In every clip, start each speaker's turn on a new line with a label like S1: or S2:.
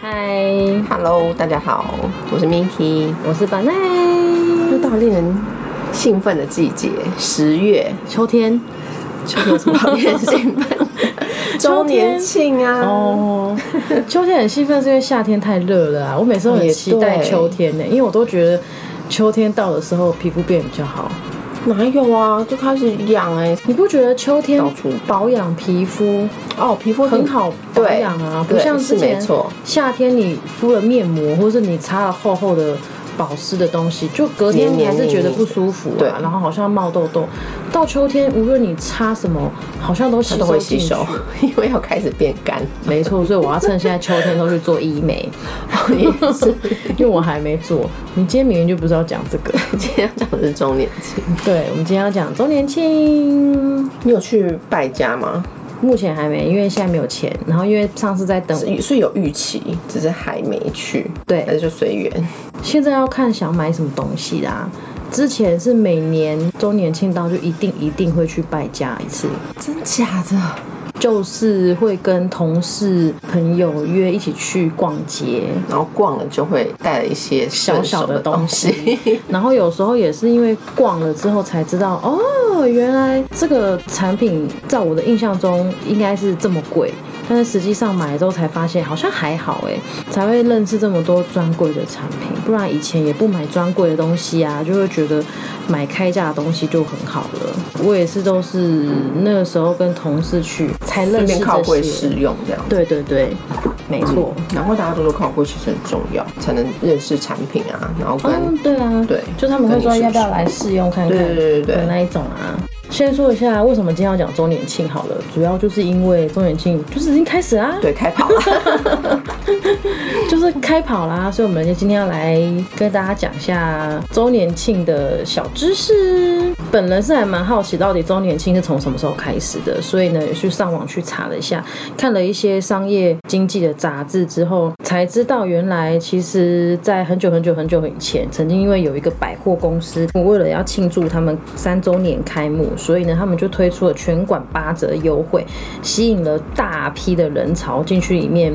S1: 嗨，
S2: Hello，大家好，我是 Miki。
S1: 我是板奈。
S2: 又到令人兴奋的季节，十月，
S1: 秋天
S2: 秋天有什么好令人兴 奋？周年庆啊！
S1: 哦，秋天很兴奋，是因为夏天太热了啊。我每次都很
S2: 也
S1: 期待
S2: 哦对
S1: 秋天呢、因为我都觉得秋天到的时候皮肤变比较好。
S2: 哪有啊？就开始痒哎、
S1: 你不觉得秋天
S2: 到处
S1: 保养皮肤
S2: 哦，皮肤
S1: 很好保
S2: 对
S1: 养啊？不
S2: 对
S1: 像之
S2: 是没
S1: 前
S2: 错，
S1: 夏天你敷了面膜，或是你擦了厚厚的保湿的东西，就隔天你还是觉得不舒服
S2: 对
S1: 啊，然后好像冒痘痘。到秋天，无论你擦什么，好像都吸
S2: 都
S1: 收
S2: 会
S1: 进
S2: 吸
S1: 去。
S2: 收，因为要开始变干。
S1: 没错，所以我要趁现在秋天都去做医美，
S2: 也是，
S1: 因为我还没做。你今天明明就不是要讲这个，
S2: 今天要讲的是周年庆。
S1: 对，我们今天要讲周年庆，
S2: 你有去败家吗？
S1: 目前还没，因为现在没有钱，然后因为上次在等，
S2: 是有预期，只是还没去。
S1: 对
S2: 还是就随缘。
S1: 现在要看想买什么东西啦。之前是每年周年庆到就一定一定会去败家一次，
S2: 真假的？
S1: 就是会跟同事朋友约一起去逛街，
S2: 然后逛了就会带了一些
S1: 小
S2: 顺
S1: 小
S2: 手
S1: 的
S2: 的
S1: 东
S2: 东
S1: 西
S2: 西。，
S1: 然后有时候也是因为逛了之后才知道，哦，原来这个产品在我的印象中应该是这么贵，但是实际上买了之后才发现好像还好哎，才会认识这么多专柜的产品，不然以前也不买专柜的东西啊，就会觉得买开价的东西就很好了。我也是都是那个时候跟同事去才认
S2: 顺
S1: 识
S2: 便靠
S1: 这
S2: 柜试
S1: 些，
S2: 用这样。
S1: 对对对，没错。
S2: 然后大家都说靠柜其实很重要，才能认识产品啊，然后跟、
S1: 嗯，对啊，
S2: 对
S1: 就他们会说
S2: 跟你
S1: 要不要
S2: 说
S1: 来试用看看，
S2: 对对对对
S1: 的那一种啊。先说一下为什么今天要讲周年庆好了，主要就是因为周年庆就是已经开始啦，
S2: 对开跑了。
S1: 就是开跑啦，所以我们就今天要来跟大家讲一下周年庆的小知识。本人是还蛮好奇到底周年庆是从什么时候开始的，所以呢也去上网去查了一下，看了一些商业经济的杂志之后，才知道原来其实在很久很久很久以前，曾经因为有一个百货公司，为了要庆祝他们三周年开幕，所以呢他们就推出了全馆八折优惠，吸引了大批的人潮进去里面。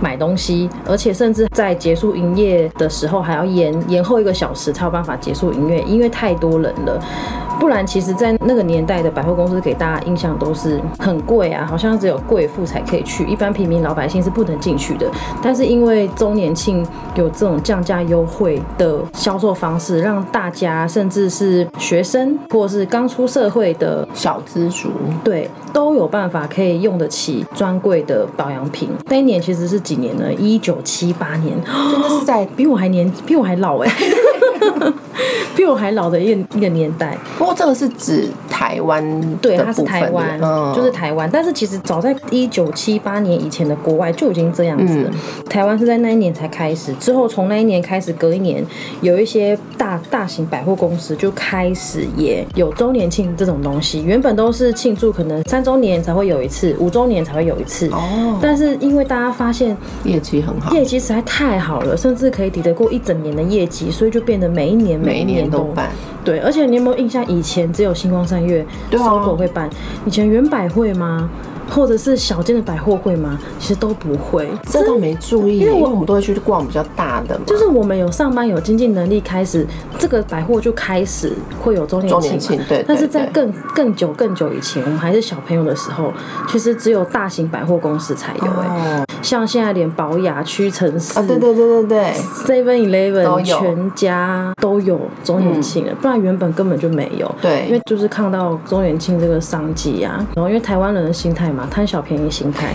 S1: 买东西，而且甚至在结束营业的时候还要延延后一个小时才有办法结束营业，因为太多人了。不然，其实，在那个年代的百货公司给大家印象都是很贵啊，好像只有贵妇才可以去，一般平民老百姓是不能进去的。但是因为周年庆有这种降价优惠的销售方式，让大家甚至是学生或是刚出社会的
S2: 小资族
S1: 对，都有办法可以用得起专柜的保养品。那一年其实是几年呢？一九七八年，
S2: 真的是在，
S1: 比我还年，比我还老哎、 比我还老的一个一个年代。
S2: 不过这个是指台湾
S1: 对，
S2: 的
S1: 它是
S2: 部分
S1: 台湾，
S2: 嗯，
S1: 就是台湾。但是其实早在一九七八年以前的国外就已经这样子了。
S2: 嗯
S1: 台湾是在那一年才开始，之后从那一年开始，隔一年有一些大大型百货公司就开始也有周年庆这种东西。原本都是庆祝可能三周年才会有一次，五周年才会有一次。
S2: 哦
S1: 但是因为大家发现
S2: 业绩很好，
S1: 业绩实在太好了，甚至可以抵得过一整年的业绩，所以就变得每一年
S2: 每一年
S1: 都
S2: 都办。
S1: 对，而且你有没有印象？以前只有星光三月、
S2: 对啊
S1: SOGO 会办，以前原百会吗？或者是小间的百货会吗？其实都不会。
S2: 这倒没注意，因
S1: 为
S2: 为
S1: 我
S2: 我们都会去逛比较大的嘛，
S1: 就是我们有上班有经济能力，开始这个百货就开始会有周年庆嘛。
S2: 周年庆对对
S1: 但是在
S2: 对
S1: 更更久更久以前，我们还是小朋友的时候，其实只有大型百货公司才有、欸。
S2: 哦
S1: 像现在连宝雅、屈臣氏、
S2: 啊，对对对对对，
S1: Seven
S2: 都
S1: Eleven
S2: 有嗯
S1: 全家都有周年庆了，不然原本根本就没有。
S2: 对
S1: 因为就是看到周年庆这个商机啊，然后因为台湾人的心态嘛，贪小便宜心 态，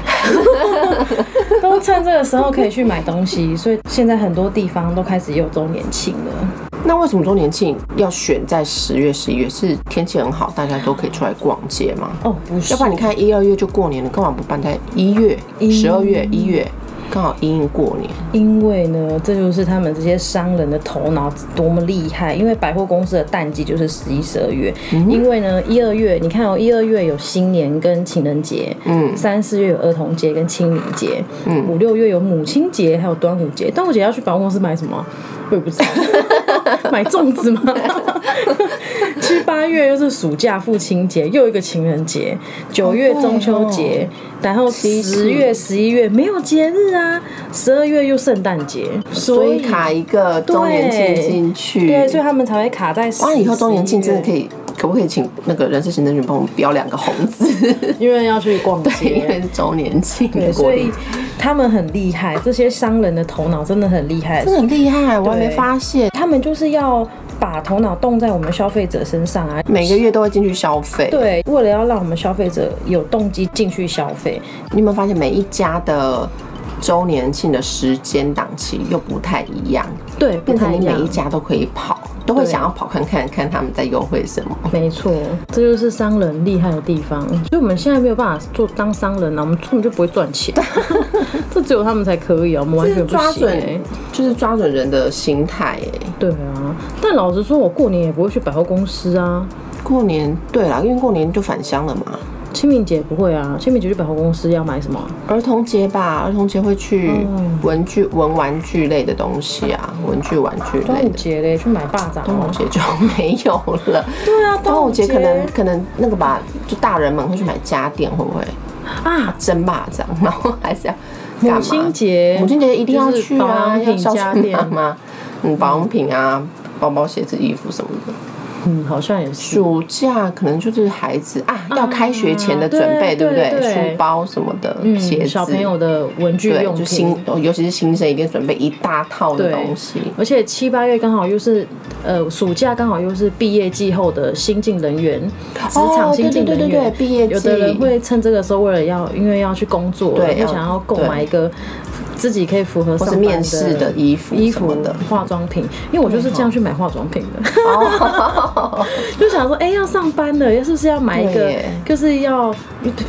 S1: 都趁这个时候可以去买东西，所以现在很多地方都开始也有周年庆了。
S2: 那为什么周年庆要选在十月、十一月？是天气很好，大家都可以出来逛街吗？
S1: 哦，不是，
S2: 要不然你看一、二月就过年了，干嘛不办在一月、十二月、一月？刚好因应过年，
S1: 因为呢，这就是他们这些商人的头脑多么厉害。因为百货公司的淡季就是十一、十二月，因为呢，一二月你看哦，一二月有新年跟情人节，嗯，三四月有儿童节跟清明节，嗯，五六月有母亲节，还有端午节。端午节要去百货公司买什么啊？我也不知道。买粽子吗？其实八月又是暑假父亲节，又一个情人节，九月中秋节，然后十月、十一月没有节日啊，十二月又圣诞节，
S2: 所
S1: 所
S2: 以
S1: 以
S2: 卡一个周年庆进去。
S1: 对，所以他们才会卡在。
S2: 哇，以后周年庆真的可
S1: 以，
S2: 以，可不可以请那个人事行政局帮我们标两个红字？
S1: 因为要去逛
S2: 对，因
S1: 街。
S2: 为是周年庆
S1: 对，
S2: 的
S1: 所
S2: 过
S1: 以
S2: 年，
S1: 他们很厉害，这些商人的头脑真的很厉害，
S2: 真的很厉害，我还没
S1: 对
S2: 发现，
S1: 他们就是要把头脑动在我们消费者身上啊。
S2: 每个月都会进去消费。
S1: 对，为了要让我们消费者有动机进去消费，
S2: 你有没有发现每一家的周年庆的时间档期又不太一样，
S1: 对，
S2: 变成
S1: 不
S2: 你
S1: 太
S2: 每
S1: 样
S2: 一家都可以跑，都会
S1: 对
S2: 想要跑看看看他们在优惠什么。
S1: 没错，这就是商人厉害的地方。所以我们现在没有办法做当商人啊，我们根本就不会赚 钱，这只有他们才可以啊，我们完
S2: 就是
S1: 全不
S2: 抓
S1: 行、
S2: 准
S1: 欸。，
S2: 就是抓准人的心态哎。
S1: 对啊，但老实说，我过年也不会去百货公司啊，
S2: 过年对啦，因为过年就返乡了嘛。
S1: 清明节不会啊，清明节去百货公司要买什么啊？
S2: 儿童节吧，儿童节会去
S1: 嗯
S2: 文具、文玩具类的东西啊，文具玩具
S1: 端
S2: 类
S1: 午
S2: 的。
S1: 节嘞，去买霸掌、
S2: 端午
S1: 啊。
S2: 节就没有了。
S1: 对啊，
S2: 端午节可能可能那个吧，就大人们会去买家电，会不会
S1: 啊，
S2: 蒸蚂蚱，然后还是要干嘛
S1: 母亲节，
S2: 母亲节一定要去
S1: 就是保
S2: 啊，
S1: 养
S2: 要
S1: 品
S2: 孝
S1: 家
S2: 顺
S1: 电
S2: 妈，妈，嗯，保养品啊，包包、鞋子、衣服什么的。
S1: 嗯，好像也是。
S2: 暑假可能就是孩子啊，要开学前的准备，
S1: 嗯对
S2: 对不
S1: 对对嗯
S2: 书包什么的，鞋子，
S1: 小朋友的文具
S2: 对，
S1: 用
S2: 就
S1: 品
S2: 新，，尤其是新生一定准备一大套的
S1: 对
S2: 东西。
S1: 而且七八月刚好又是呃暑假，刚好又是毕业季后的新进人员，职场新进
S2: 哦对
S1: 人
S2: 对对对
S1: 员。
S2: 对，毕业季，
S1: 有的人会趁这个时候，为了要因为要去工作，
S2: 对
S1: 会
S2: 要
S1: 想要购买一个自己可以符合
S2: 或
S1: 上
S2: 是
S1: 班
S2: 面试的衣服
S1: 衣
S2: 什么
S1: 服
S2: 的。嗯
S1: 化妆品，因为我就是这样去买化妆品的，
S2: 哦，
S1: 就想说，哎，要上班了，是不是要买一
S2: 对
S1: 个
S2: 耶，
S1: 就是要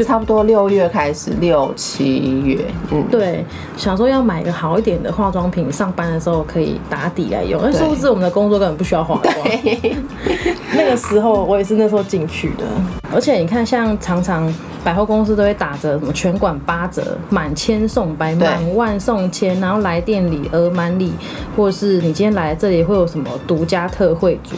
S2: 差不多六月开始，六七月，嗯，
S1: 对，想说要买一个好一点的化妆品，上班的时候可以打底来用。但哎殊不知我们的工作根本不需要化妆。那个时候我也是那时候进去的，而且你看，像常常百货公司都会打折，什么全馆八折、满千送百、
S2: 对
S1: 满万送千，然后来店里额满礼，或者是你今天来这里会有什么独家特惠组，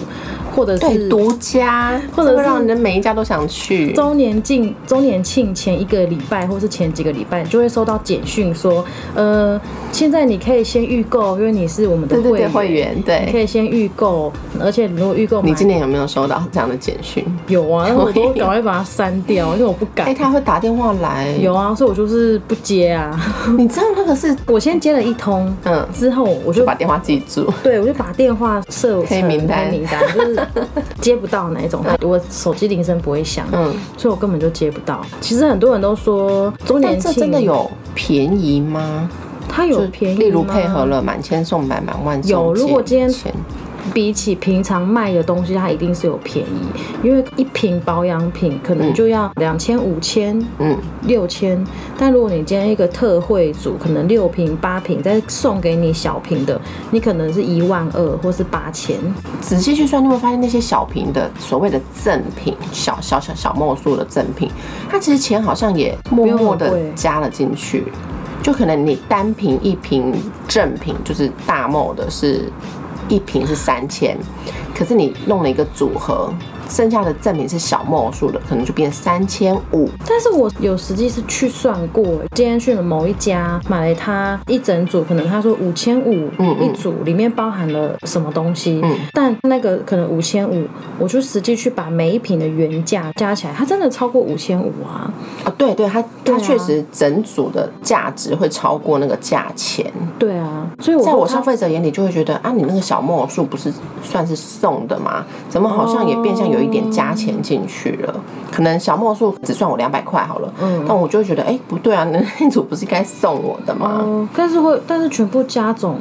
S1: 或者
S2: 对，
S1: 是
S2: 独家，
S1: 或者
S2: 这
S1: 是
S2: 会让人每一家都想去。
S1: 周年庆周年庆前一个礼拜或是前几个礼拜，你就会收到简讯说，呃，现在你可以先预购，因为你是我们的会
S2: 对对对，
S1: 员，
S2: 会员
S1: 你可
S2: 对。
S1: 以先预购，而且如果预购买
S2: 你今年有没有收到这样的简讯？
S1: 有啊，那我都赶快把它删掉，因为我不
S2: 哎、
S1: 敢。
S2: 他会打电话来。
S1: 有啊，所以我就是不接啊。
S2: 你知道那个是
S1: 我先接了一通，
S2: 嗯，
S1: 之后我
S2: 就
S1: 就
S2: 把电话记住。
S1: 对，我就把电话设成
S2: 黑名单
S1: 黑名单就是 接不到那一种，我手机铃声不会响，
S2: 嗯，
S1: 所以我根本就接不到。其实很多人都说周年
S2: 但这
S1: 庆
S2: 真的有便宜吗？
S1: 它有便宜吗，
S2: 例如配合了满千送百，满万送
S1: 有如果今天
S2: 千
S1: 比起平常卖的东西，它一定是有便宜，因为一瓶保养品可能就要两千、五千、
S2: 嗯，
S1: 六千，但如果你今天一个特惠组，可能六瓶、八瓶，再送给你小瓶的，你可能是一万二或是八千。
S2: 仔细去算，你会发现那些小瓶的所谓的赠品，小小小小墨数的赠品，它其实钱好像也默
S1: 用很
S2: 默的
S1: 贵
S2: 加了进去。就可能你单瓶一瓶正品，就是大墨的是一瓶是三千，可是你弄了一个组合，剩下的赠品是小墨数的，可能就变三千五。
S1: 但是我有实际是去算过，今天去了某一家买了它一整组，可能他说五千五
S2: 嗯
S1: 一组，里面包含了什么东西，但那个可能五千五，我就实际去把每一瓶的原价加起来，它真的超过五千五啊！
S2: 啊，对对，它
S1: 对啊
S2: 它确实整组的价值会超过那个价钱，
S1: 对啊，所以我
S2: 在
S1: 说
S2: 我
S1: 它
S2: 消费者眼里就会觉得啊，你那个小墨数不是算是送的吗？怎么好像也变相有一点加钱进去了？可能小墨数只算我两百块好了，
S1: 嗯
S2: 但我就会觉得哎、不对啊，那那组不是该送我的吗？
S1: 哦，但是会，但是全部加总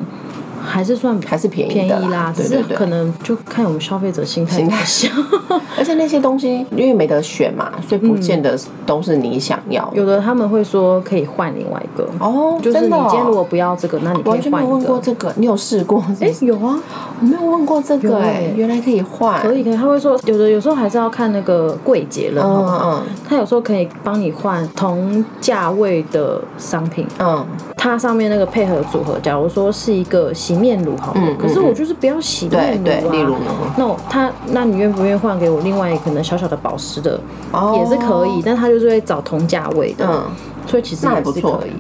S1: 还是算
S2: 还是便
S1: 便
S2: 宜的啊
S1: 宜啦，只
S2: 对
S1: 是
S2: 对对。
S1: 可能就看我们消费者心态
S2: 心
S1: 怎
S2: 态
S1: 么想。
S2: 而且那些东西因为没得选嘛，所以不见得都是你想要 的。
S1: 有的他们会说可以换另外一个，
S2: 哦，
S1: 嗯就是
S2: 真
S1: 你
S2: 的哦
S1: 今天如果不要这个，那你可
S2: 完
S1: 以
S2: 全没
S1: 换
S2: 有问
S1: 一
S2: 过
S1: 个。
S2: 这个，你有试过是不是？
S1: 哎，有啊，
S2: 我没有问过这
S1: 有
S2: 个哎、
S1: 欸
S2: 原来可以换，
S1: 可以可以，他会说有的有时候还是要看那个柜姐人好不好，
S2: 嗯
S1: 他有时候可以帮你换同价位的商品，
S2: 嗯
S1: 它上面那个配合组合，假如说是一个洗面乳好了，
S2: 嗯嗯
S1: 可是我就是不要洗面
S2: 对
S1: 乳、啊、
S2: 对，例如呢，
S1: 那我他，那你愿不愿意换给我另外一个可能小小的保湿的，
S2: 哦
S1: 也是可以，，但他就是会找同价位的，
S2: 嗯，
S1: 所以其实
S2: 那还
S1: 也
S2: 不
S1: 是
S2: 错
S1: 可以。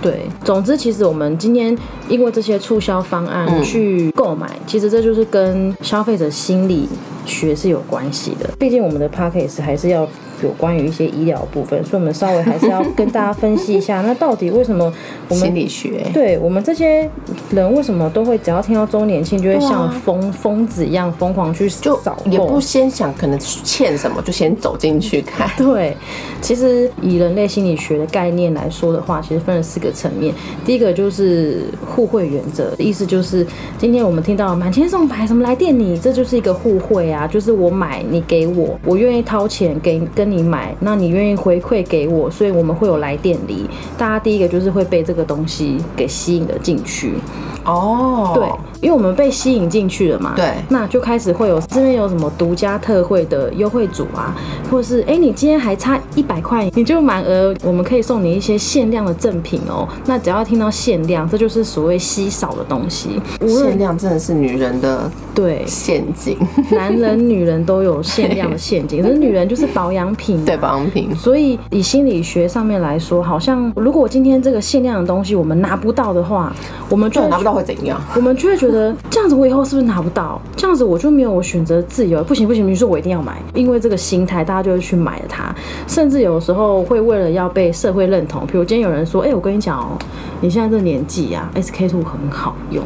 S1: 对，总之其实我们今天因为这些促销方案
S2: 嗯
S1: 去购买，其实这就是跟消费者心理学是有关系的。毕竟我们的 p a c k a g e 还是要有关于一些医疗部分，所以我们稍微还是要跟大家分析一 下，那到底为什么我
S2: 心
S1: 们
S2: 理学，
S1: 对我们这些人为什么都会只要听到周年庆就会
S2: 对啊
S1: 像疯、疯子一样疯狂去
S2: 就
S1: 扫
S2: 也
S1: 购
S2: 不先想可能欠什么，就先走进去看，
S1: 对，其实以人类心理学的概念来说的话，其实分了四个层面。第一个就是互惠原则，意思就是今天我们听到满千送百，什么来电你，这就是一个互惠啊，就是我买你给我，我愿意掏钱给跟你买，那你愿意回馈给我，所以我们会有来电礼。大家第一个就是会被这个东西给吸引了进去。
S2: 哦，
S1: 对，因为我们被吸引进去了嘛，
S2: 对
S1: 那就开始会有这边有什么独家特惠的优惠组啊，或是哎、诶你今天还差一百块，你就满额，我们可以送你一些限量的赠品哦。那只要听到限量，这就是所谓稀少的东西，无
S2: 限
S1: 论
S2: 量真的是女人的
S1: 对
S2: 陷 阱，
S1: 男人、女人都有限量的陷 阱，可是女人就是保养品、啊
S2: 对，保养品，
S1: 所以以心理学上面来说，好像如果今天这个限量的东西我们拿不到的话，我们就
S2: 就
S1: 会
S2: 拿不到会怎样？
S1: 我们就会觉得这样子，我以后是不是拿不到？这样子我就没有我选择自由。不行不行，你说我一定要买，因为这个心态，大家就会去买了它。甚至有时候会为了要被社会认同，比如今天有人说：“哎、我跟你讲哦、你现在这年纪啊，SK two 很好用。”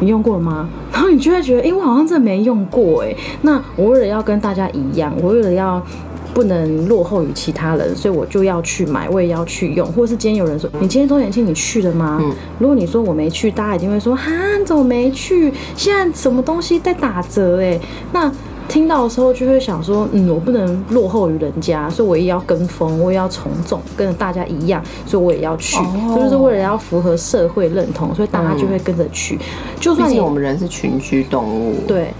S1: 你用过吗？然后你就会觉得，哎、我好像真的没用过哎、那我为了要跟大家一样，我为了要不能落后于其他人，所以我就要去买，我也要去用。或是今天有人说，你今天周年庆你去了吗？如果你说我没去，大家一定会说，哈，你怎么没去？现在什么东西在打折、欸？哎，那。听到的时候就会想说，嗯，我不能落后于人家，所以我也要跟风，我也要从众，跟着大家一样，所以我也要去，
S2: 哦
S1: 这就是为了要符合社会认同，所以大家就会跟着去。就
S2: 嗯毕
S1: 算你
S2: 竟我们人是群居动物，，
S1: 对，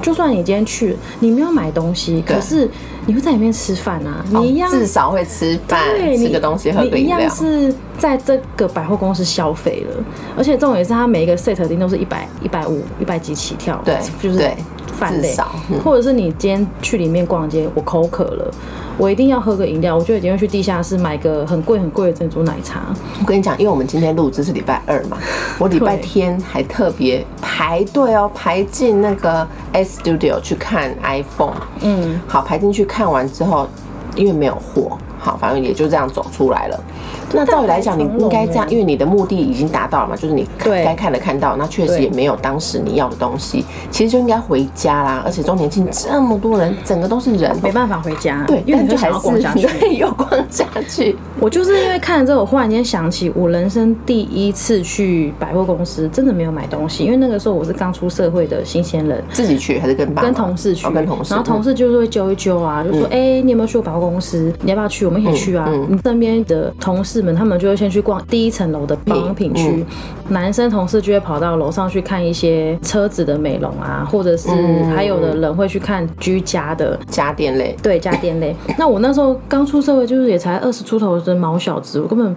S1: 就算你今天去，你没有买东西，可
S2: 对
S1: 是你会在里面吃饭啊，你一样。
S2: 至少会吃饭，
S1: 对，
S2: 吃
S1: 你
S2: 个东西，喝个
S1: 你一
S2: 饮
S1: 样
S2: 料，
S1: 是在这个百货公司消费了，而且重点是它每一个 set 一定都是一百、一百五、一百几起跳，
S2: 对
S1: 就是
S2: 对
S1: 饭类
S2: 至少嗯，
S1: 或者是你今天去里面逛街，我口渴了，我一定要喝个饮料，我就一定会去地下室买个很贵很贵的珍珠奶茶，
S2: 我跟你讲，因为我们今天录制是礼拜二 嘛，我礼拜天还特别排队哦，排进那个 S Studio 去看 iPhone。嗯，好，排进去看完之后，因为没有货，好，反正也就这样走出来了。那照理来讲，你应该这样，因为你的目的已经达到了嘛，就是你
S1: 对
S2: 该看的看到，那确
S1: 对
S2: 实也没有当时你要的东西，其实就应该回家啦。而且周年庆这么多人，整个都是人，
S1: 没办法回家，
S2: 对，
S1: 因为
S2: 但
S1: 你
S2: 就
S1: 就
S2: 还
S1: 想要
S2: 是
S1: 逛下去，
S2: 对，又逛下去。
S1: 我就是因为看了之后，我忽然间想起我人生第一次去百货公司，真的没有买东西，因为那个时候我是刚出社会的新鲜人。
S2: 自己去还是跟爸妈
S1: 跟同事去，
S2: 啊哦跟同事，嗯
S1: 然后同事就是会揪一揪啊，就说：“哎、你有没有去过百货公司？你要不要去？我们一起去啊！”你身边的同事们，他们就会先去逛第一层楼的保养品
S2: 嗯
S1: 区，男生同事就会跑到楼上去看一些车子的美容啊，或者是还有的人会去看居家的，
S2: 嗯家电类，
S1: 对，家电类。那我那时候刚出社会，就是也才二十出头的毛小子，我根本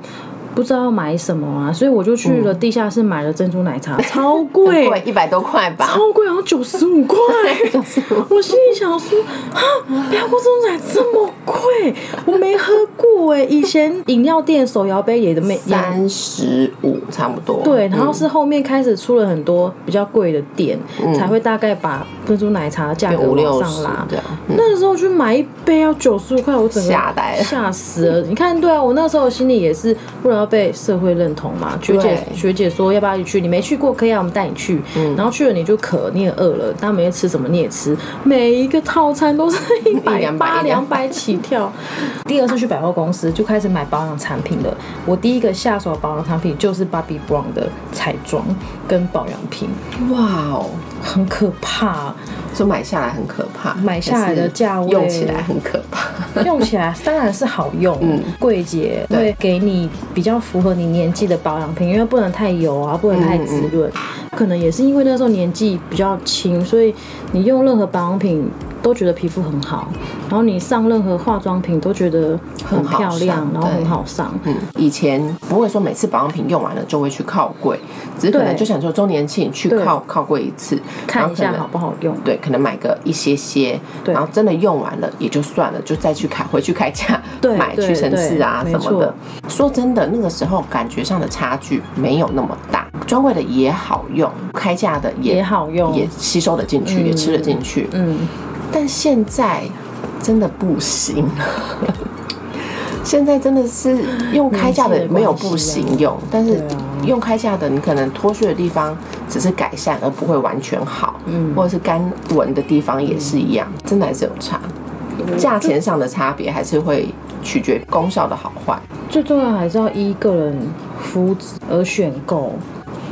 S1: 不知道要买什么啊，所以我就去了地下室买了珍珠奶茶，超贵，
S2: 嗯贵一百多块吧，
S1: 超贵，好像九十 五块。我心里想说，啊，百货珍珠奶茶这么贵，我没喝过哎、以前饮料店手摇杯也都没也
S2: 三十五差不多。
S1: 对，然后是后面开始出了很多比较贵的店，才会大概把珍珠奶茶的价格
S2: 嗯五
S1: 往
S2: 六
S1: 上
S2: 十
S1: 拉。
S2: 这样，
S1: 那个时候去买一杯要九十五块，我整个
S2: 吓呆了
S1: 嗯吓死了。你看，对啊，我那时候心里也是为了要被社会认同嘛。学姐
S2: 对
S1: 学姐说要不要一起去？你没去过可以啊，我们带你去。然后去了你就渴，你也饿了，他们要吃什么你也吃，每一个套餐都是 一百
S2: 两
S1: 八
S2: 百
S1: 两百起跳。第二次去百货公司就开始买保养产品了。我第一个下手的保养产品就是 Bobbi Brown 的彩妆跟保养品，
S2: 哇哦，
S1: 很可怕。啊
S2: 就买下来很可怕，
S1: 买下来的价位
S2: 还是用起来很可怕。
S1: 用起来当然是好用，
S2: 嗯
S1: 柜姐会给你比较符合你年纪的保养品，因为不能太油啊，不能太滋
S2: 嗯
S1: 润。可能也是因为那时候年纪比较轻，所以你用任何保养品都觉得皮肤很好，然后你上任何化妆品都觉得很
S2: 很好
S1: 漂亮
S2: 上，
S1: 然后很
S2: 对
S1: 好上。
S2: 嗯，以前不会说每次保养品用完了就会去靠柜，只是可能
S1: 对
S2: 就想说周年庆去
S1: 对
S2: 靠靠柜一次，然
S1: 看
S2: 后
S1: 一
S2: 可
S1: 下
S2: 能
S1: 好不好用。
S2: 对，可能买个一些些，
S1: 对
S2: 然后真的用完了也就算了，就再去开回去开价
S1: 对
S2: 买
S1: 对
S2: 屈臣氏啊
S1: 对
S2: 什么的。说真的，那个时候感觉上的差距没有那么大，专柜的也好用，开价的也
S1: 也好用
S2: 也吸收得进去，也吃得进去。
S1: 嗯，
S2: 但现在真的不行， 现在真的是用开价
S1: 嗯
S2: 的没有不行用，但是
S1: 对啊
S2: 用开价的你可能脱屑的地方只是改善，而不会完全好，
S1: 嗯
S2: 或者是干纹的地方也是一样，真的还是有差，
S1: 嗯
S2: 价钱上的差别还是会取决于功效的好坏。
S1: 最重要还是要依个人肤质而选购。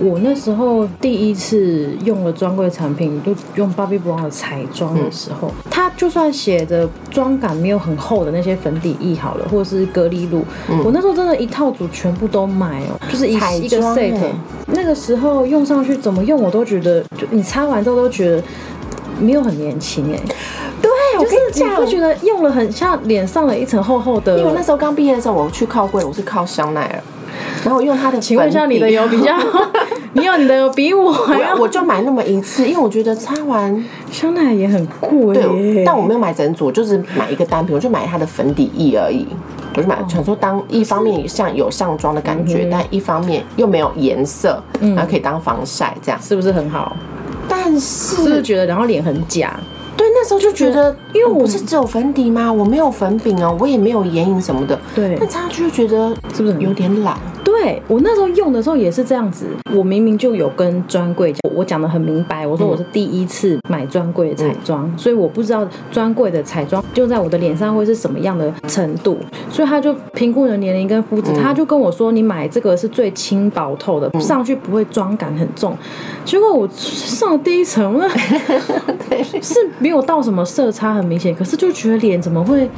S1: 我那时候第一次用了专柜产品，就用 Bobbi Brown 的彩妆的时候，
S2: 嗯
S1: 它就算写的妆感没有很厚的那些粉底液好了，或者是隔离乳，我那时候真的一套组全部都买哦，就是一
S2: 嗯彩
S1: 一个
S2: 妆
S1: set
S2: 欸。
S1: 那个时候用上去怎么用我都觉得，就你擦完之后都觉得没有很年轻哎、
S2: 对，我
S1: 就是你会觉得用了很像脸上了一层厚厚的。
S2: 因为我那时候刚毕业的时候，我去靠柜，我是靠香奈儿，然后我用它的，
S1: 请问一下，你的油比较， 你有你的油比我还要
S2: 我我就买那么一次，因为我觉得擦完
S1: 香奈儿也很欸贵耶
S2: 对，但我没有买整组，我就是买一个单品，我就买它的粉底液而已。我就
S1: 哦
S2: 买，想说当一方面像有上妆的感
S1: 嗯
S2: 觉，但一方面又没有颜色，然后可以当防晒这样。
S1: 是不是很好？
S2: 但
S1: 是不是
S2: 是，
S1: 觉得然后脸很假？
S2: 对那时候就觉得，因为
S1: 嗯
S2: 我不是只有粉底吗？我没有粉饼啊，我也没有眼影什么的。
S1: 对
S2: 但擦上去就觉得
S1: 是不是很
S2: 有点懒？
S1: 对我那时候用的时候也是这样子，我明明就有跟专柜讲，我讲的很明白，我说我是第一次买专柜的彩妆，所以我不知道专柜的彩妆就在我的脸上会是什么样的程度，所以他就评估你的年龄跟肤质，他就跟我说你买这个是最轻薄透的，上去不会妆感很重。结果我上了第一层，我那是没有到什么色差很明显，可是就觉得脸怎么会？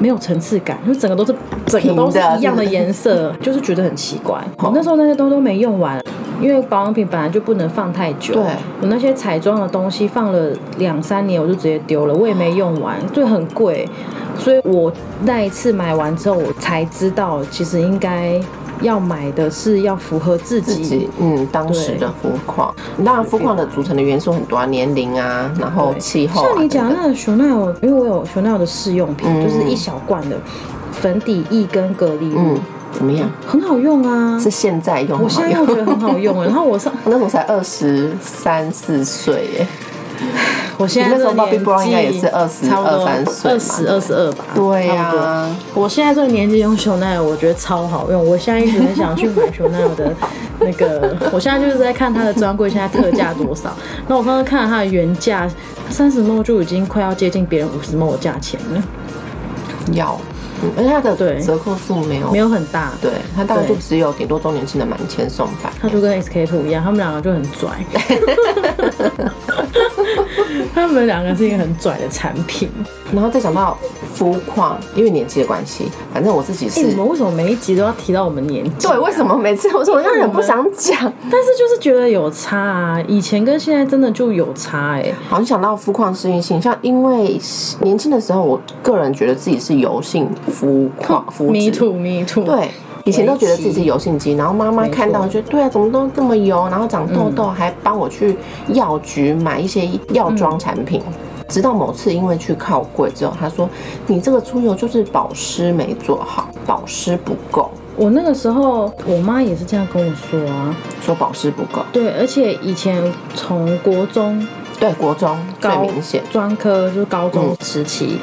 S1: 没有层次感，就整个都是整个都是
S2: 平的
S1: 一样的
S2: 是不是
S1: 颜颜 色，就是觉得很奇怪。
S2: 哦
S1: 我那时候那些东西都没用完，因为保养品本来就不能放太久。
S2: 对
S1: 我那些彩妆的东西放了两三年，我就直接丢了，我也没用完，就很贵。所以我那一次买完之后，我才知道其实应该要买的是要符合自己。
S2: 自己嗯当时的肤况，当然肤况的组成的元素很多啊，年龄啊，然后气候啊
S1: 像你讲
S2: 等等
S1: 那个 Chanel，因为我有 Chanel 的试用品，
S2: 嗯
S1: 就是一小罐的粉底液跟隔离乳
S2: 嗯，怎么样？
S1: 很好用啊。
S2: 是现在用
S1: 我
S2: 很好
S1: 现
S2: 用，
S1: 在又觉得很好用欸，然后我上
S2: 我那时候才二十三四岁耶，
S1: 我现在这个
S2: 你那时候 Bobbi Brown 应该也是20
S1: 差不多
S2: 23岁嘛
S1: 二十二十二吧。
S2: 对呀
S1: 差不多我现在这个年纪用 Chanel，我觉得超好用。我现在一直很想去买 Chanel 的那个， 我现在就是在看它的专柜现在特价多少。那我刚刚看了它的原价，三十 ml 就已经快要接近别人五十 ml 的价钱了，
S2: 要，嗯而且它的
S1: 对
S2: 折扣数没有，
S1: 没有很大。
S2: 对，它大概
S1: 对
S2: 就只有顶多周年庆的满千送百。
S1: 他就跟 SK two 一样，他们两个就很拽。 他们两个是一个很拽的产品。
S2: 然后再讲到肤况，因为年纪的关系，反正我自己
S1: 哎、
S2: 是
S1: 我，们为什么每一集都要提到我们年纪？
S2: 对，为什么每次我说我让人不想讲？
S1: 但是就是觉得有差啊，以前跟现在真的就有差哎、
S2: 好，你想到肤况适应性，像因为年轻的时候，我个人觉得自己是油性肤况肤
S1: Me
S2: 质，
S1: too, me too。，
S2: 对，以前都觉得自己哦是油性肌，然后妈妈看到
S1: 没
S2: 觉得对啊，怎么都这么油，然后长痘痘，还帮我去药局买一些药妆产品。直到某次因为去靠柜之后，她说你这个出油就是保湿没做好，保湿不够，
S1: 我那个时候我妈也是这样跟我说啊。
S2: 说保湿不够。
S1: 对，而且以前从国中
S2: 对，国中最
S1: 高
S2: 明显，嗯
S1: 专科就是高中时期，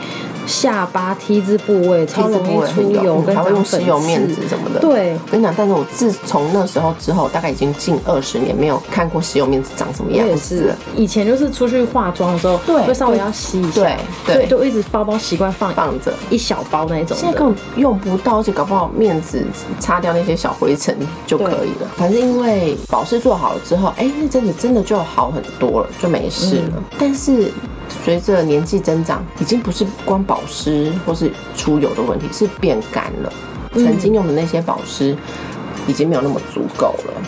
S1: 下巴 T 字部位超容易出油
S2: 嗯
S1: 跟
S2: 还会
S1: 长
S2: 用吸
S1: 粉
S2: 油面
S1: 刺
S2: 纸。什么的。。
S1: 对，
S2: 我跟你讲，但是我自从那时候之后，大概已经近二十年没有看过吸油面纸长什么
S1: 我
S2: 样
S1: 也
S2: 子
S1: 是
S2: 了。。
S1: 以前就是出去化妆的时候，
S2: 对
S1: 会稍微要吸一下，
S2: 对对
S1: 所以就一直包包习惯放
S2: 放着，
S1: 一小包那一种的。
S2: 现在根本用不到，而且搞不好面子擦掉那些小灰尘就可以了。反正因为保湿做好了之后，哎、那阵子真的就好很多了，就没事了。但是随着年纪增长，已经不是光保湿或是出油的问题，是变干了。曾经用的那些保湿已经没有那么足够了。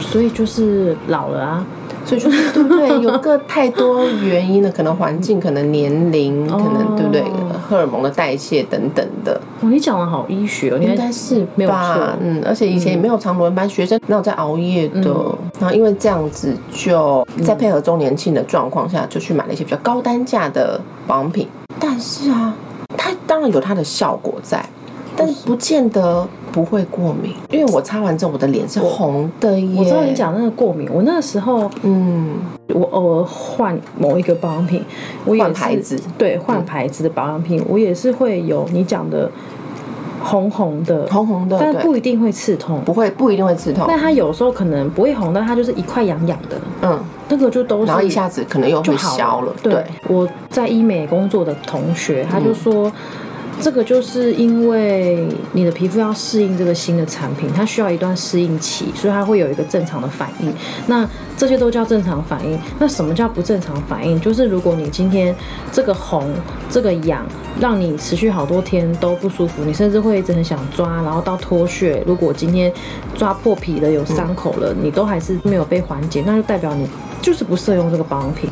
S1: 所以就是老了啊，
S2: 所以就是对不对？有个太多原因了，可能环境，可能年龄，可能对不对？荷尔蒙的代谢等等的，
S1: 哦，你讲的好医学哦，你
S2: 应
S1: 还
S2: 该是
S1: 没有
S2: 吧
S1: 错？
S2: 嗯，而且以前也没有长轮班，学生哪有在熬夜的？
S1: 嗯
S2: 然后因为这样子，就在配合周年庆的状况下，就去买了一些比较高单价的保养品。但是啊，它当然有它的效果在，但是不见得不会过敏，因为我擦完之后我的脸是红的耶。
S1: 我知道你，讲那个过敏，我那时候
S2: 嗯，
S1: 我偶尔换某一个保养品，我也是
S2: 换牌子，
S1: 对，换牌子的保养品，我也是会有你讲的红红的，
S2: 红红的，
S1: 但
S2: 对，
S1: 不一定会刺痛。
S2: 不会不一定会刺痛
S1: 那，它有时候可能不会红，但它就是一块痒痒的，
S2: 嗯，
S1: 那个就都是
S2: 然后一下子可能又
S1: 就
S2: 会
S1: 好
S2: 消了，
S1: 对
S2: 对，
S1: 我在医美工作的同学，他就说。这个就是因为你的皮肤要适应这个新的产品，它需要一段适应期，所以它会有一个正常的反应。那这些都叫正常反应。那什么叫不正常反应？就是如果你今天这个红、这个痒，让你持续好多天都不舒服，你甚至会一直很想抓，然后到脱屑。如果今天抓破皮了、有伤口了，你都还是没有被缓解，那就代表你就是不适用这个保养品。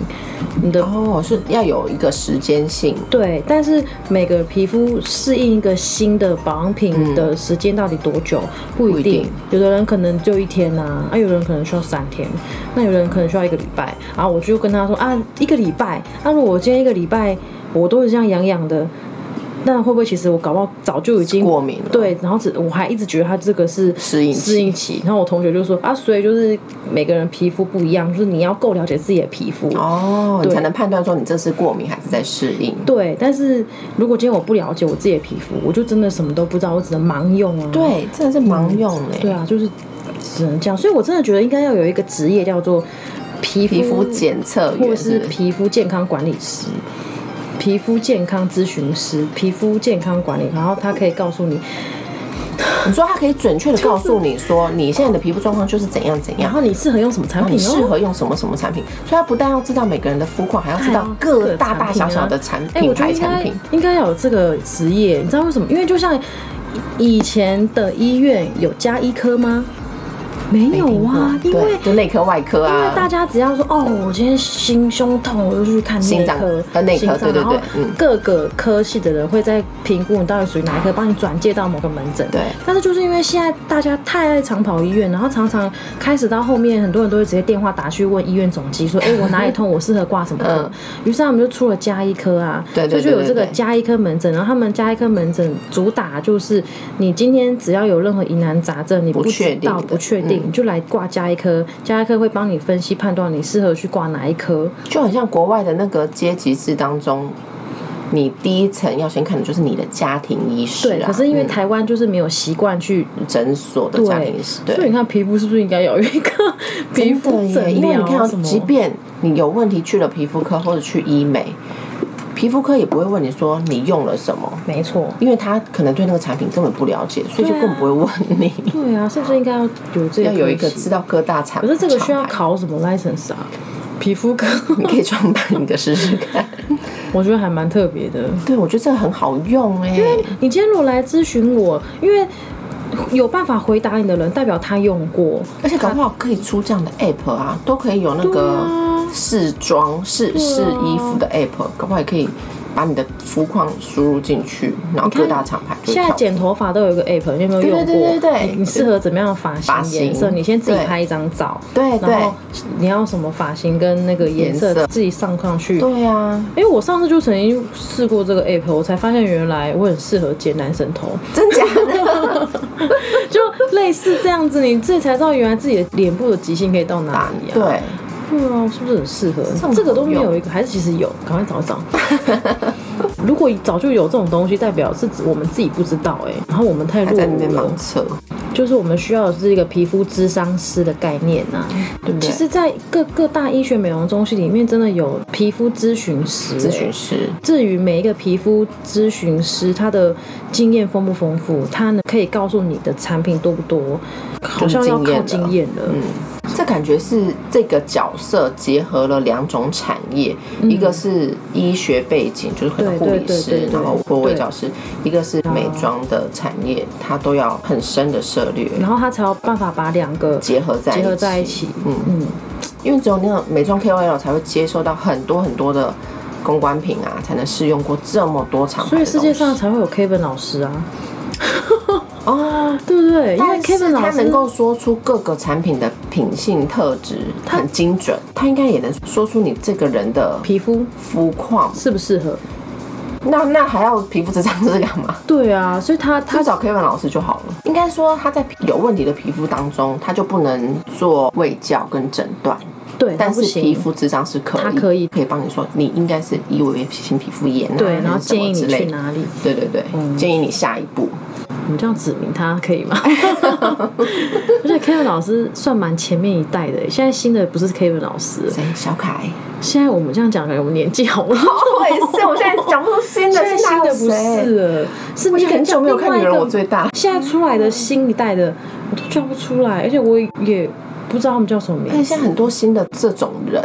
S1: 你的
S2: 哦，是要有一个时间性，
S1: 对，但是每个皮肤适应一个新的保养品的时间到底多久、不
S2: 不
S1: 一
S2: 一
S1: 定
S2: 定，
S1: 有的人可能就一天呐、啊，有的人可能需要三天，那有的人可能需要一个礼拜。然后我就跟他说啊，一个礼拜，那、如果我今天一个礼拜我都是这样痒痒的，那会不会其实我搞不好早就已经
S2: 过敏了，，
S1: 对，然后只我还一直觉得它这个是
S2: 适应期
S1: 适应期，然后我同学就说啊，所以就是每个人皮肤不一样，就是你要够了解自己的皮肤
S2: 哦，你才能判断说你这是过敏还是在适应。
S1: 对，但是如果今天我不了解我自己的皮肤，我就真的什么都不知道，我只能盲用啊。
S2: 对，真的是盲用哎、
S1: 对啊，就是只能这样。所以我真的觉得应该要有一个职业叫做皮肤
S2: 皮肤检测
S1: 或
S2: 员
S1: 是
S2: 是不是
S1: 皮肤健康管理师、皮肤健康咨询师、皮肤健康管理，然后他可以告诉你，
S2: 你说它可以准确的告诉你说你现在的皮肤状况就是怎样怎
S1: 然
S2: 样。
S1: 后你适合用什么产
S2: 然后你
S1: 品
S2: 适
S1: 哦。
S2: 合用什么什么产品？所以它不但要知道每个人的肤况，还要知道
S1: 哎
S2: 各大大小小的
S1: 产品
S2: 产
S1: 啊哎
S2: 品
S1: 我觉
S2: 牌
S1: 得应
S2: 产
S1: 该
S2: 品。
S1: 应该要有这个职业，你知道为什么？因为就像以前的医院有加医科吗？没
S2: 哎
S1: 有啊，因为
S2: 嗯对，就内科、外科
S1: 因为大
S2: 啊，
S1: 家只要说哦，我今天心胸痛，我就去看内
S2: 心脏
S1: 科，
S2: 呃内科
S1: 心脏
S2: 对对
S1: 然后
S2: 对嗯
S1: 各个科系的人会在评估你到底属于哪一科，帮你转介到某个门诊。
S2: 对
S1: 但是就是因为现在大家太爱长跑医院，然后常常开始到后面，很多人都会直接电话打去问医院总 机说，哎，我哪里痛，我适合挂什么科
S2: 嗯？
S1: 于是他们就出了加医科啊，
S2: 对
S1: 所
S2: 对
S1: 以就有这个
S2: 对对对
S1: 加医科门诊，然后他们加医科门诊主打就是你今天只要有任何疑难杂症，你不
S2: 不确
S1: 知道
S2: 定的嗯
S1: 不确定，你就来挂加医科，加医科会帮你分析判断你适合去挂哪一科。
S2: 就很像国外的那个阶级制当中，你第一层要先看的就是你的家庭医师
S1: 对，
S2: 啊，
S1: 可是因为
S2: 嗯
S1: 台湾就是没有习惯去。
S2: 诊所的家庭医师，
S1: 所以你看皮肤是不是应该有一个 皮肤
S2: 真的耶
S1: 诊
S2: 因为你
S1: 疗
S2: 看、啊
S1: 什，么？
S2: 即便你有问题去了皮肤科或者去医美，皮肤科也不会问你说你用了什么，
S1: 没错，
S2: 因为他可能对那个产品根本不了解，所以就
S1: 对啊
S2: 更不会问 你。
S1: 对啊，是不是应该要有这个？
S2: 要有一个知。道各大产
S1: 可
S2: 品，
S1: 是这个需要，考什么 license 啊？皮肤科，
S2: 你可以创办一个试试 看。
S1: 我觉得还蛮特别的。
S2: 对，我觉得这个很好用
S1: 欸
S2: 哎、
S1: 你今天如果来咨询我，因为有办法回答你的人，代表他用过。
S2: 而且搞不好可以出这样的 app 啊，都可以有那
S1: 对
S2: 个
S1: 啊
S2: 试妆、试试衣服的 app，搞不好也可以把你的肤况输入进去，然后各大厂牌就会
S1: 现在
S2: 跳出来
S1: 剪头发都有一个 app，你有没有用过？
S2: 对对对对
S1: 你你适合怎么样的发
S2: 发
S1: 型
S2: 型
S1: 颜色？你先自己
S2: 对
S1: 拍一张照，
S2: 对对
S1: 然后你要什么发型跟那个颜色，
S2: 颜色
S1: 自己上上去。
S2: 对啊，
S1: 因为我上次就曾经试过这个 app，我才发现原来我很适合剪男生头，
S2: 真假的？
S1: 就类似这样子，你自己才知道原来自己的脸部的极限可以到哪里啊。
S2: 对，
S1: 对啊，是不是很适合
S2: 上？
S1: 这个都没
S2: 头
S1: 有
S2: 用
S1: 一个，还是其实有，赶快找 一找。如果早就有这种东西，代表是我们自己不知道哎、然后我们太
S2: 还
S1: 弱
S2: 在那
S1: 了
S2: 边。盲测，
S1: 就是我们需要的是一个皮肤咨商师的概念呐、
S2: 对不对？
S1: 其实，在各各大医学美容中心里面，真的有皮肤咨询师、欸
S2: 咨询。师
S1: 至于每一个皮肤咨询师，他的经验丰不丰富，他呢可以告诉你的产品多不多，好像要靠经验了。
S2: 嗯这感觉是这个角色结合了两种产业，一个是医学背景，就是可能护
S1: 嗯对
S2: 理
S1: 对对
S2: 师
S1: 对，对
S2: 然后或
S1: 对
S2: 卫教师；一个是美妆的产业，它都要很深的涉猎
S1: 嗯然后他才有办法把两个
S2: 结合在
S1: 结合在一起。嗯嗯，
S2: 因为只有那种美妆 KOL 才会接受到很多很多的公关品啊，才能试用过这么多场。
S1: 所以世界上才会
S2: 嗯
S1: 有 Kevin 老师啊，
S2: 哦，
S1: 对不对？因为
S2: 但是
S1: Kevin 老
S2: 他
S1: 师
S2: 能够说出各个产品的品性特质
S1: 他
S2: 很精准，他应该也能说出你这个人的
S1: 皮肤
S2: 肤况。
S1: 适不适合？
S2: 那那还要皮肤智商是干嘛？
S1: 对啊，所以他他
S2: 他找 Kevin 老师就好了。应该说他在有问题的皮肤当中，他就不能做卫教跟诊断，
S1: 对，他
S2: 但
S1: 不
S2: 是
S1: 行
S2: 皮肤智商是可以，
S1: 他可以
S2: 可以帮你说你应该是异位性皮肤炎、啊，
S1: 对，然后
S2: 还是什
S1: 建
S2: 么
S1: 议你
S2: 之类
S1: 去
S2: 的。
S1: 哪嗯里？
S2: 对对对，建议你下一步。
S1: 你这样指明他可以吗？ 而且 Kevin 老师算蛮前面一代的，欸现在新的不是 Kevin 老师，欸
S2: 谁？小凯？
S1: 现在我们这样讲，感觉我们年纪 好老。
S2: 我也是，我现在讲不出
S1: 现
S2: 新的，
S1: 在
S2: 现在
S1: 新
S2: 还
S1: 的
S2: 有
S1: 不
S2: 谁
S1: 是了，是
S2: 我已
S1: 你
S2: 经很久没有看女人我
S1: 最
S2: 最大。
S1: 现在出来的新一代的，我都叫不出来，而且我也不知道他们叫什么名
S2: 而且
S1: 字。
S2: 现在很多新的这种人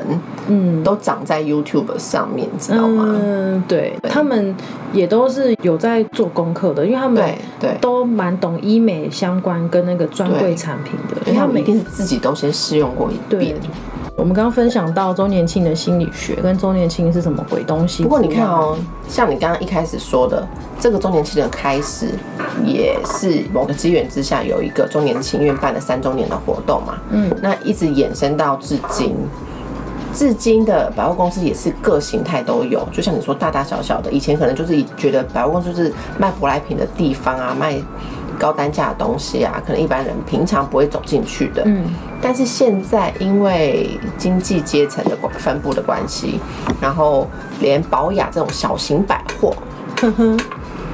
S1: 嗯
S2: 都长在 YouTube 上面，知道吗？
S1: 嗯，对他们也都是有在做功课的，因为他们
S2: 对对
S1: 都蛮懂医美相关跟那个专柜
S2: 对
S1: 产品的，
S2: 因为他们
S1: 每
S2: 一定是自己都先试用过一
S1: 对
S2: 遍。。
S1: 我们刚刚分享到周年庆的心理学跟周年庆是什么鬼东西。
S2: 不过你看，哦，像你刚刚一开始说的，这个周年庆的开始也是某个机缘之下，有一个周年庆因为办了三周年的活动嘛，
S1: 嗯，
S2: 那一直衍生到至今。至今的百货公司也是各形态都有，就像你说大大小小的，以前可能就是觉得百货公司就是卖舶来品的地方啊，卖高单价的东西啊，可能一般人平常不会走进去的。
S1: 嗯，
S2: 但是现在因为经济阶层的关分布的关系，然后连宝雅这种小型百 货，
S1: 呵呵，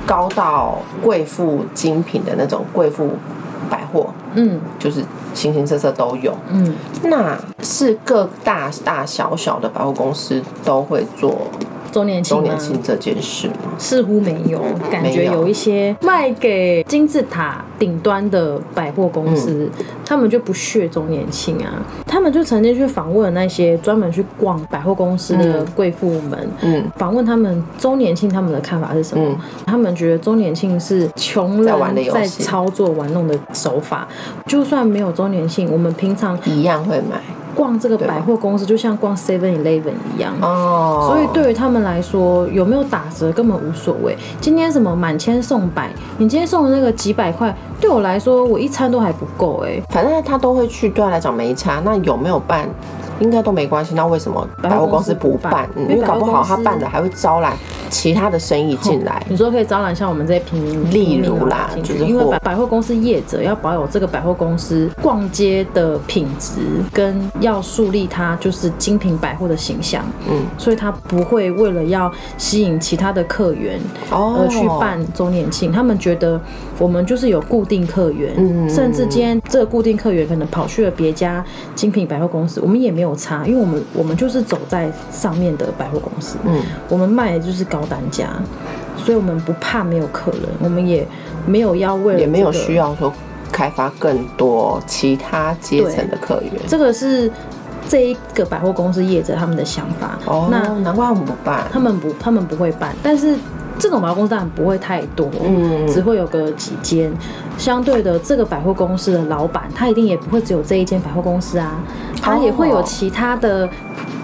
S2: 高到贵妇精品的那种贵妇百货，
S1: 嗯
S2: 就是形形色色都有。
S1: 嗯，
S2: 那是各大大小小的百货公司都会做
S1: 周年庆
S2: 周
S1: 吗
S2: 年庆这件事吗？
S1: 似乎没有，感觉
S2: 没有
S1: 有一些卖给金字塔顶端的百货公司，
S2: 嗯
S1: 他们就不屑周年庆啊。他们就曾经去访问那些专门去逛百货公司的贵妇们，
S2: 嗯，
S1: 访问他们周年庆他们的看法是什么？
S2: 嗯
S1: 他们觉得周年庆是穷
S2: 在玩的
S1: 人
S2: 游戏
S1: 在操作玩弄的手法，就算没有周年庆，我们平常
S2: 嗯一样会买
S1: 逛这个
S2: 对吧
S1: 百货公司就像逛 Seven Eleven 一样。
S2: 哦。
S1: 所以对于他们来说，有没有打折根本无所谓。今天什么满千送百，你今天送的那个几百块，对我来说，我一餐都还不够哎、
S2: 反正他都会去，对他来讲没差。那有没有办，应该都没关系。那为什么百货公司不办？嗯
S1: 因为
S2: 因为
S1: 百货
S2: 搞
S1: 公司
S2: 不好他办的还会招来其他的生意进来。
S1: 你说可以招揽像我们这些平民，啊
S2: 例
S1: 平民
S2: 如啦
S1: 老百姓
S2: 就是
S1: 因为
S2: 货
S1: 百百货公司业者要保有这个百货公司逛街的品质，跟要树立它就是精品百货的形象，
S2: 嗯，
S1: 所以他不会为了要吸引其他的客源，
S2: 哦
S1: 而呃去办周年庆。他们觉得我们就是有固定客源，
S2: 嗯
S1: 甚至今天这个固定客源可能跑去了别家精品百货公司，我们也没有差，因为我们我们就是走在上面的百货公司，
S2: 嗯，
S1: 我们卖的就是高单价，所以我们不怕没有客人，我们也没有要为了、
S2: 也没有需。要说开发更多其他阶层的客源。
S1: 这个是这一个百货公司业者他们的想法。
S2: 哦，
S1: 那
S2: 难怪我们不办。
S1: 他们不，他们不会办，但是这种百货公司当然不会太多，
S2: 嗯
S1: 只会有个几间。相对的，这个百货公司的老板，他一定也不会只有这一间百货公司啊，他也会有其他的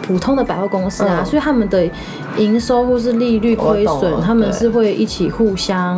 S1: 普普通的百货公司啊，
S2: 嗯
S1: 所以他们的营收或是利率亏
S2: 我懂
S1: 损，
S2: 了
S1: 他们
S2: 对
S1: 是会一起互相。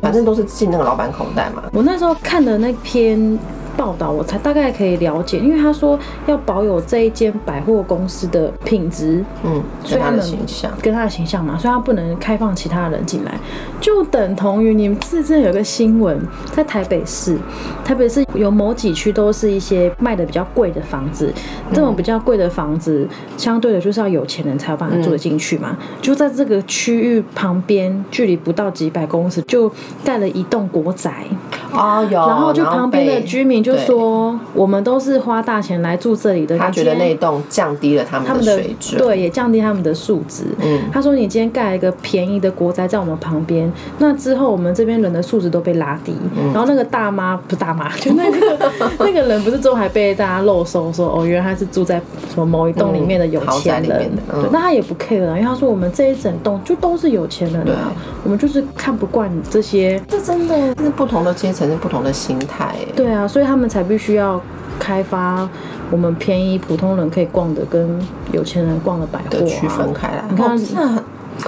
S2: 反正都是进那个老板口袋嘛。
S1: 我那时候看的那篇。报道我才大概可以了解，因为他说要保有这一间百货公司的品质，
S2: 嗯，
S1: 所
S2: 所
S1: 以
S2: 以
S1: 他
S2: 他
S1: 们
S2: 的形象。
S1: 跟他的形象嘛，所以他不能开放其他人进来，就等同于你们之前有个新闻，在台北市，台北市有某几区都是一些卖的比较贵的房子，这种比较贵的房子，相对的就是要有钱人才有办法住得进去嘛，就在这个区域旁边，距离不到几百公尺就盖了一栋国宅，
S2: 哦，有。
S1: 然后就旁边的
S2: 被
S1: 居民就
S2: 对
S1: 说，我们都是花大钱来住这里的，
S2: 他
S1: 你今
S2: 觉得
S1: 天
S2: 那一栋降低了他
S1: 他
S2: 们
S1: 们
S2: 的
S1: 的
S2: 水准。
S1: 对，也降低他们的素质。
S2: 嗯
S1: 他说：“你今天盖了一个便宜的国宅在我们旁边，那之后我们这边人的素质都被拉低。
S2: 嗯
S1: 然后那个大妈不是大妈，就那个那个人不是之后还被大家漏搜说哦，原来他是住在什么某一栋里面的有
S2: 嗯豪宅
S1: 钱
S2: 里
S1: 人。
S2: 面的嗯
S1: 对，那他也不 care 啊，因为他说我们这一整栋就都是有钱人
S2: 对
S1: 啊，我们就是看不惯你这些。
S2: 这真的是不同的阶层是不同的心态耶。
S1: 对啊，所以他们才必须要。”开发我们便宜普通人可以逛的跟有钱人逛的百货、
S2: 的
S1: 啊、
S2: 区分开来。
S1: 你看嗯
S2: 哦真的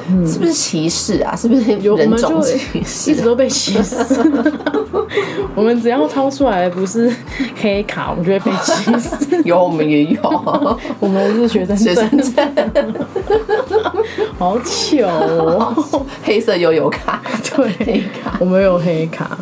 S2: 很是不是歧视啊？是不是
S1: 有我
S2: 人
S1: 们就
S2: 种歧
S1: 一直
S2: 视？
S1: 都被歧视。 我们只要掏出来不是黑卡，我们就会被歧 视。
S2: 有，我们也有
S1: 我们是 学生
S2: 学生
S1: 证，
S2: 证、
S1: 好糗 哦。
S2: 黑色悠游卡，
S1: 对
S2: 黑卡，
S1: 我们有黑 卡。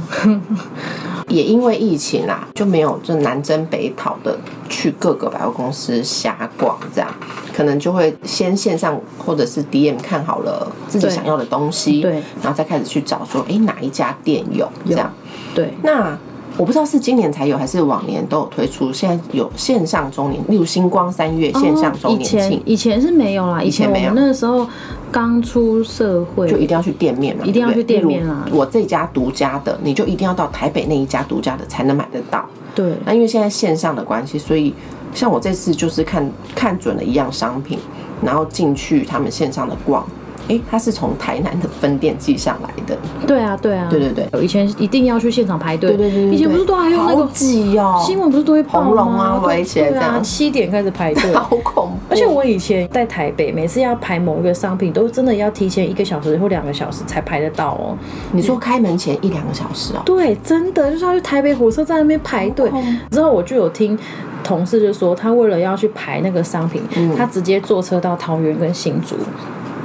S2: 也因为疫情啦，就没有就南征北讨的去各个百货公司瞎逛，这样可能就会先线上或者是 DM 看好了自己
S1: 对
S2: 想要的东西，
S1: 对，
S2: 然后再开始去找说，哎，哪一家店有这样？
S1: 对，
S2: 那我不知道是今年才有还是往年都有推出，现在有线上周年，例如星光三月线上周
S1: 哦以
S2: 年庆，
S1: 前以前是没有啦，以
S2: 前
S1: 前我
S2: 没有
S1: 们那时候刚出社会，
S2: 就一定要去店面嘛，
S1: 一定要
S2: 对不对
S1: 去店面啊
S2: 例如我这家独家的，你就一定要到台北那一家独家的才能买得到。
S1: 对
S2: 那因为现在线上的关系，所以像我这次就是看看准了一样商品，然后进去他们线上的逛，诶，它是从台南的分店寄上来的，
S1: 对啊对啊，
S2: 对对对，
S1: 以前一定要去现场排队，
S2: 对对对对
S1: 以前不是都还有那
S2: 好
S1: 个
S2: 挤哦，
S1: 新闻不是都会报
S2: 红龙啊
S1: 吗？
S2: 威胁
S1: 对
S2: 这
S1: 啊，
S2: 样。
S1: 七点开始排队
S2: 好恐怖，
S1: 而且我以前在台北，每次要排某一个商品，都真的要提前一个小时或两个小时才排得到哦。
S2: 你说开门前一两个小时哦，
S1: 对，真的就是要去台北火车站那边排队
S2: 好恐。
S1: 之后我就有听同事就说，他为了要去排那个商品，
S2: 嗯
S1: 他直接坐车到桃园跟新竹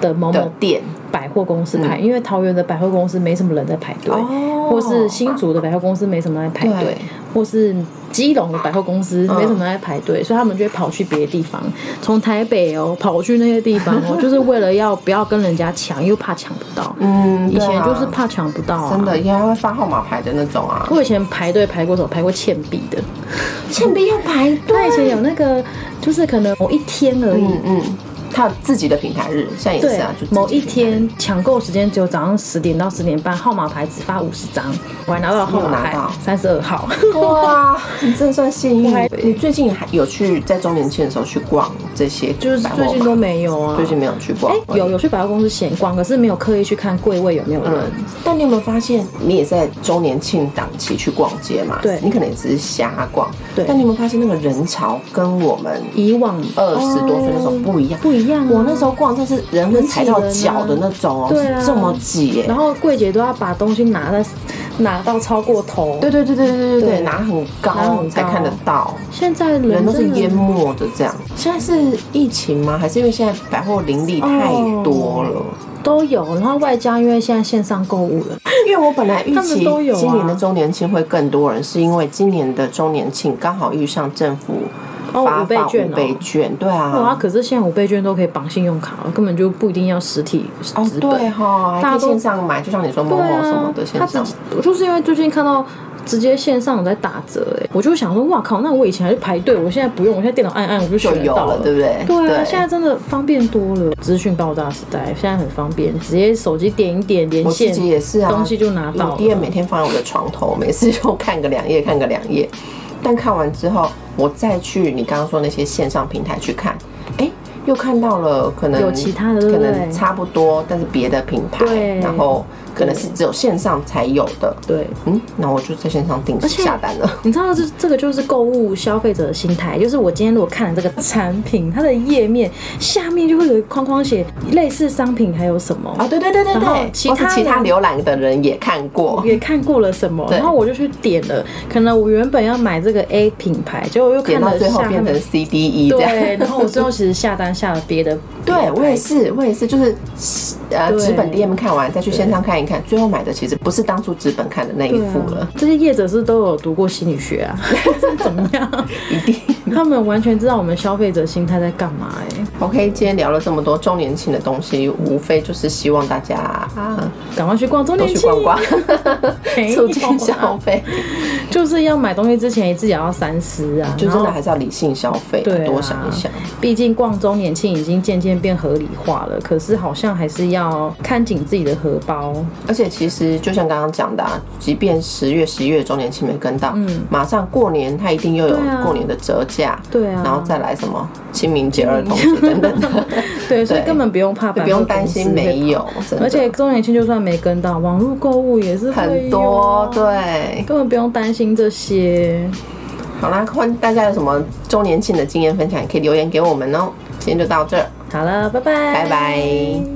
S1: 的某
S2: 的
S1: 某
S2: 店
S1: 百货公司排，因为桃园的百货公司没什么人在排队，
S2: 嗯哦
S1: 或是新竹的百货公司没什么人在排
S2: 对嗯
S1: 队，或是基隆的百货公司没什么人在排队，所以他们就会跑去别的地方，从台北哦跑去那些地方 哦，就是为了要不要跟人家抢，又怕抢不到。
S2: 嗯
S1: 以前就是
S2: 对啊
S1: 怕抢不到、啊，
S2: 真的应该会发号码牌的那种啊，
S1: 我以前排队排过什么？排过倩碧的。
S2: 倩碧要排
S1: 他
S2: 队
S1: 以前有那个，就是可能某一天而已，
S2: 嗯嗯，他有自己的平台日，现在也
S1: 对
S2: 是啊，就，自己的
S1: 某一
S2: 平台
S1: 天抢购时间只有早上十点到十点半，号码牌只发五十张，我还拿到了号码
S2: 你有拿
S1: 牌
S2: 到
S1: 三十二号。
S2: 哇，你真的算幸运
S1: 我还。
S2: 你最近还有去在周年庆的时候去逛这些百 货
S1: 就是
S2: 吗，
S1: 最近都没有啊。
S2: 最近没有去逛
S1: 哎、，有有去百货公司闲逛，可是没有刻意去看柜位有没有人。
S2: 嗯。但你有没有发现，你也在周年庆档期去逛街嘛？
S1: 对
S2: 你可能也只是瞎逛。
S1: 对
S2: 但你有没有发现那个人潮跟我们
S1: 以往
S2: 二十多岁那时候不一样？
S1: 不一样、啊，
S2: 我那时候逛，真是人会踩到
S1: 人挤人啊
S2: 脚的那种哦，
S1: 对啊
S2: 是这么挤耶
S1: 然。后柜姐都要把东西拿在拿到超过头。
S2: 对，对对对对对对，
S1: 对
S2: 拿很
S1: 拿很
S2: 高
S1: 高
S2: 才看得到。
S1: 现在人
S2: 人都是
S1: 真的
S2: 淹没的这样。现在是疫情吗？还是因为现在百货林立太多了？
S1: 都有，然后外加因为现在线上购物了，
S2: 因为我本来预
S1: 他
S2: 期
S1: 们都有啊
S2: 今年的周年庆会更多人，是因为今年的周年庆刚好遇上政府
S1: 哦
S2: 发
S1: 五倍
S2: 放
S1: 券
S2: 五
S1: 哦
S2: 倍券，对
S1: 哇、
S2: 啊，
S1: 可是现在五倍券都可以绑信用卡了，根本就不一定要实体
S2: 哦
S1: 资本。
S2: 对哈，
S1: 大
S2: 还
S1: 家
S2: 可以
S1: 都
S2: 线上买，就像你说某
S1: 对
S2: 某
S1: 啊，
S2: 什么的
S1: 他
S2: 线
S1: 自
S2: 上
S1: 己，我就是因为最近看到直接线上有在打折、哎，我就想说，哇靠，那我以前还是排队，我现在不用，我现在电脑按按我就选
S2: 就
S1: 得
S2: 有
S1: 到
S2: 了，对不对？
S1: 对啊，现在真的方便多了，资讯爆炸时代，现在很方便，直接手机点一点连
S2: 我自
S1: 线，
S2: 己也是啊，
S1: 东西就拿到
S2: 我
S1: 了。
S2: 第二每天放在我的床头，每次就看个两页，看个两页。但看完之后，我再去你刚刚说那些线上平台去看，哎、又看到了可能
S1: 有其他的对
S2: 可
S1: 不对
S2: 能差不多，但是别的平台，
S1: 对
S2: 然后可能是只有线上才有的。
S1: 对，
S2: 嗯，那我就在线上订
S1: 而且
S2: 下单了。
S1: 你知道这这个就是购物消费者的心态，就是我今天如果看了这个产品，它的页面下面就会有一个框框写类似商品还有什么
S2: 啊，对对对对
S1: 然后
S2: 对，
S1: 其
S2: 或是
S1: 他
S2: 其他
S1: 人
S2: 浏览的人也看过，
S1: 也看过了什么，
S2: 对
S1: 然后我就去点了。可能我原本要买这个 A 品牌，结果又
S2: 点
S1: 看
S2: 到
S1: 了
S2: 最后
S1: 下
S2: 变成 C D E 这样。
S1: 对，然后我最后其实下单下了别 的。
S2: 对我也是，我也是，就是呃，
S1: 对
S2: 纸本 DM 看完，再去线上看一看，最后买的其实不是当初纸本看的那一
S1: 对
S2: 副
S1: 啊
S2: 了，，
S1: 这些业者是都有读过心理学啊， 是怎么样？
S2: 一定。
S1: 他们完全知道我们消费者心态在干嘛哎、
S2: OK，今天聊了这么多周年庆的东西，无非就是希望大家啊
S1: 赶快去逛周
S2: 都
S1: 年
S2: 去
S1: 庆，
S2: 逛逛，
S1: 没有 啊
S2: 促进消费，
S1: 哎就是要买东西之前自己要三思啊，
S2: 就真
S1: 然
S2: 的
S1: 后
S2: 还是要理性消费，
S1: 对啊
S2: 多想一想。
S1: 毕竟逛周年庆已经渐渐变合理化了，可是好像还是要看紧自己的荷包。
S2: 而且其实就像刚刚讲的啊，即便十月、十一月周年庆没跟到，马上过年它一定又有
S1: 嗯对啊
S2: 过年的折价，
S1: 对啊
S2: 然后再来什么清明节、儿童节等等的。
S1: 对，所以
S2: 对
S1: 根本不用怕，
S2: 就不用担心没。有，真的
S1: 而且周年庆就算没跟到，网络购物也是会有
S2: 很多，对。
S1: 根本不用担心这些。
S2: 好啦，欢迎大家有什么周年庆的经验分享，也可以留言给我们哦。今天就到这儿，
S1: 好了，拜拜，
S2: 拜拜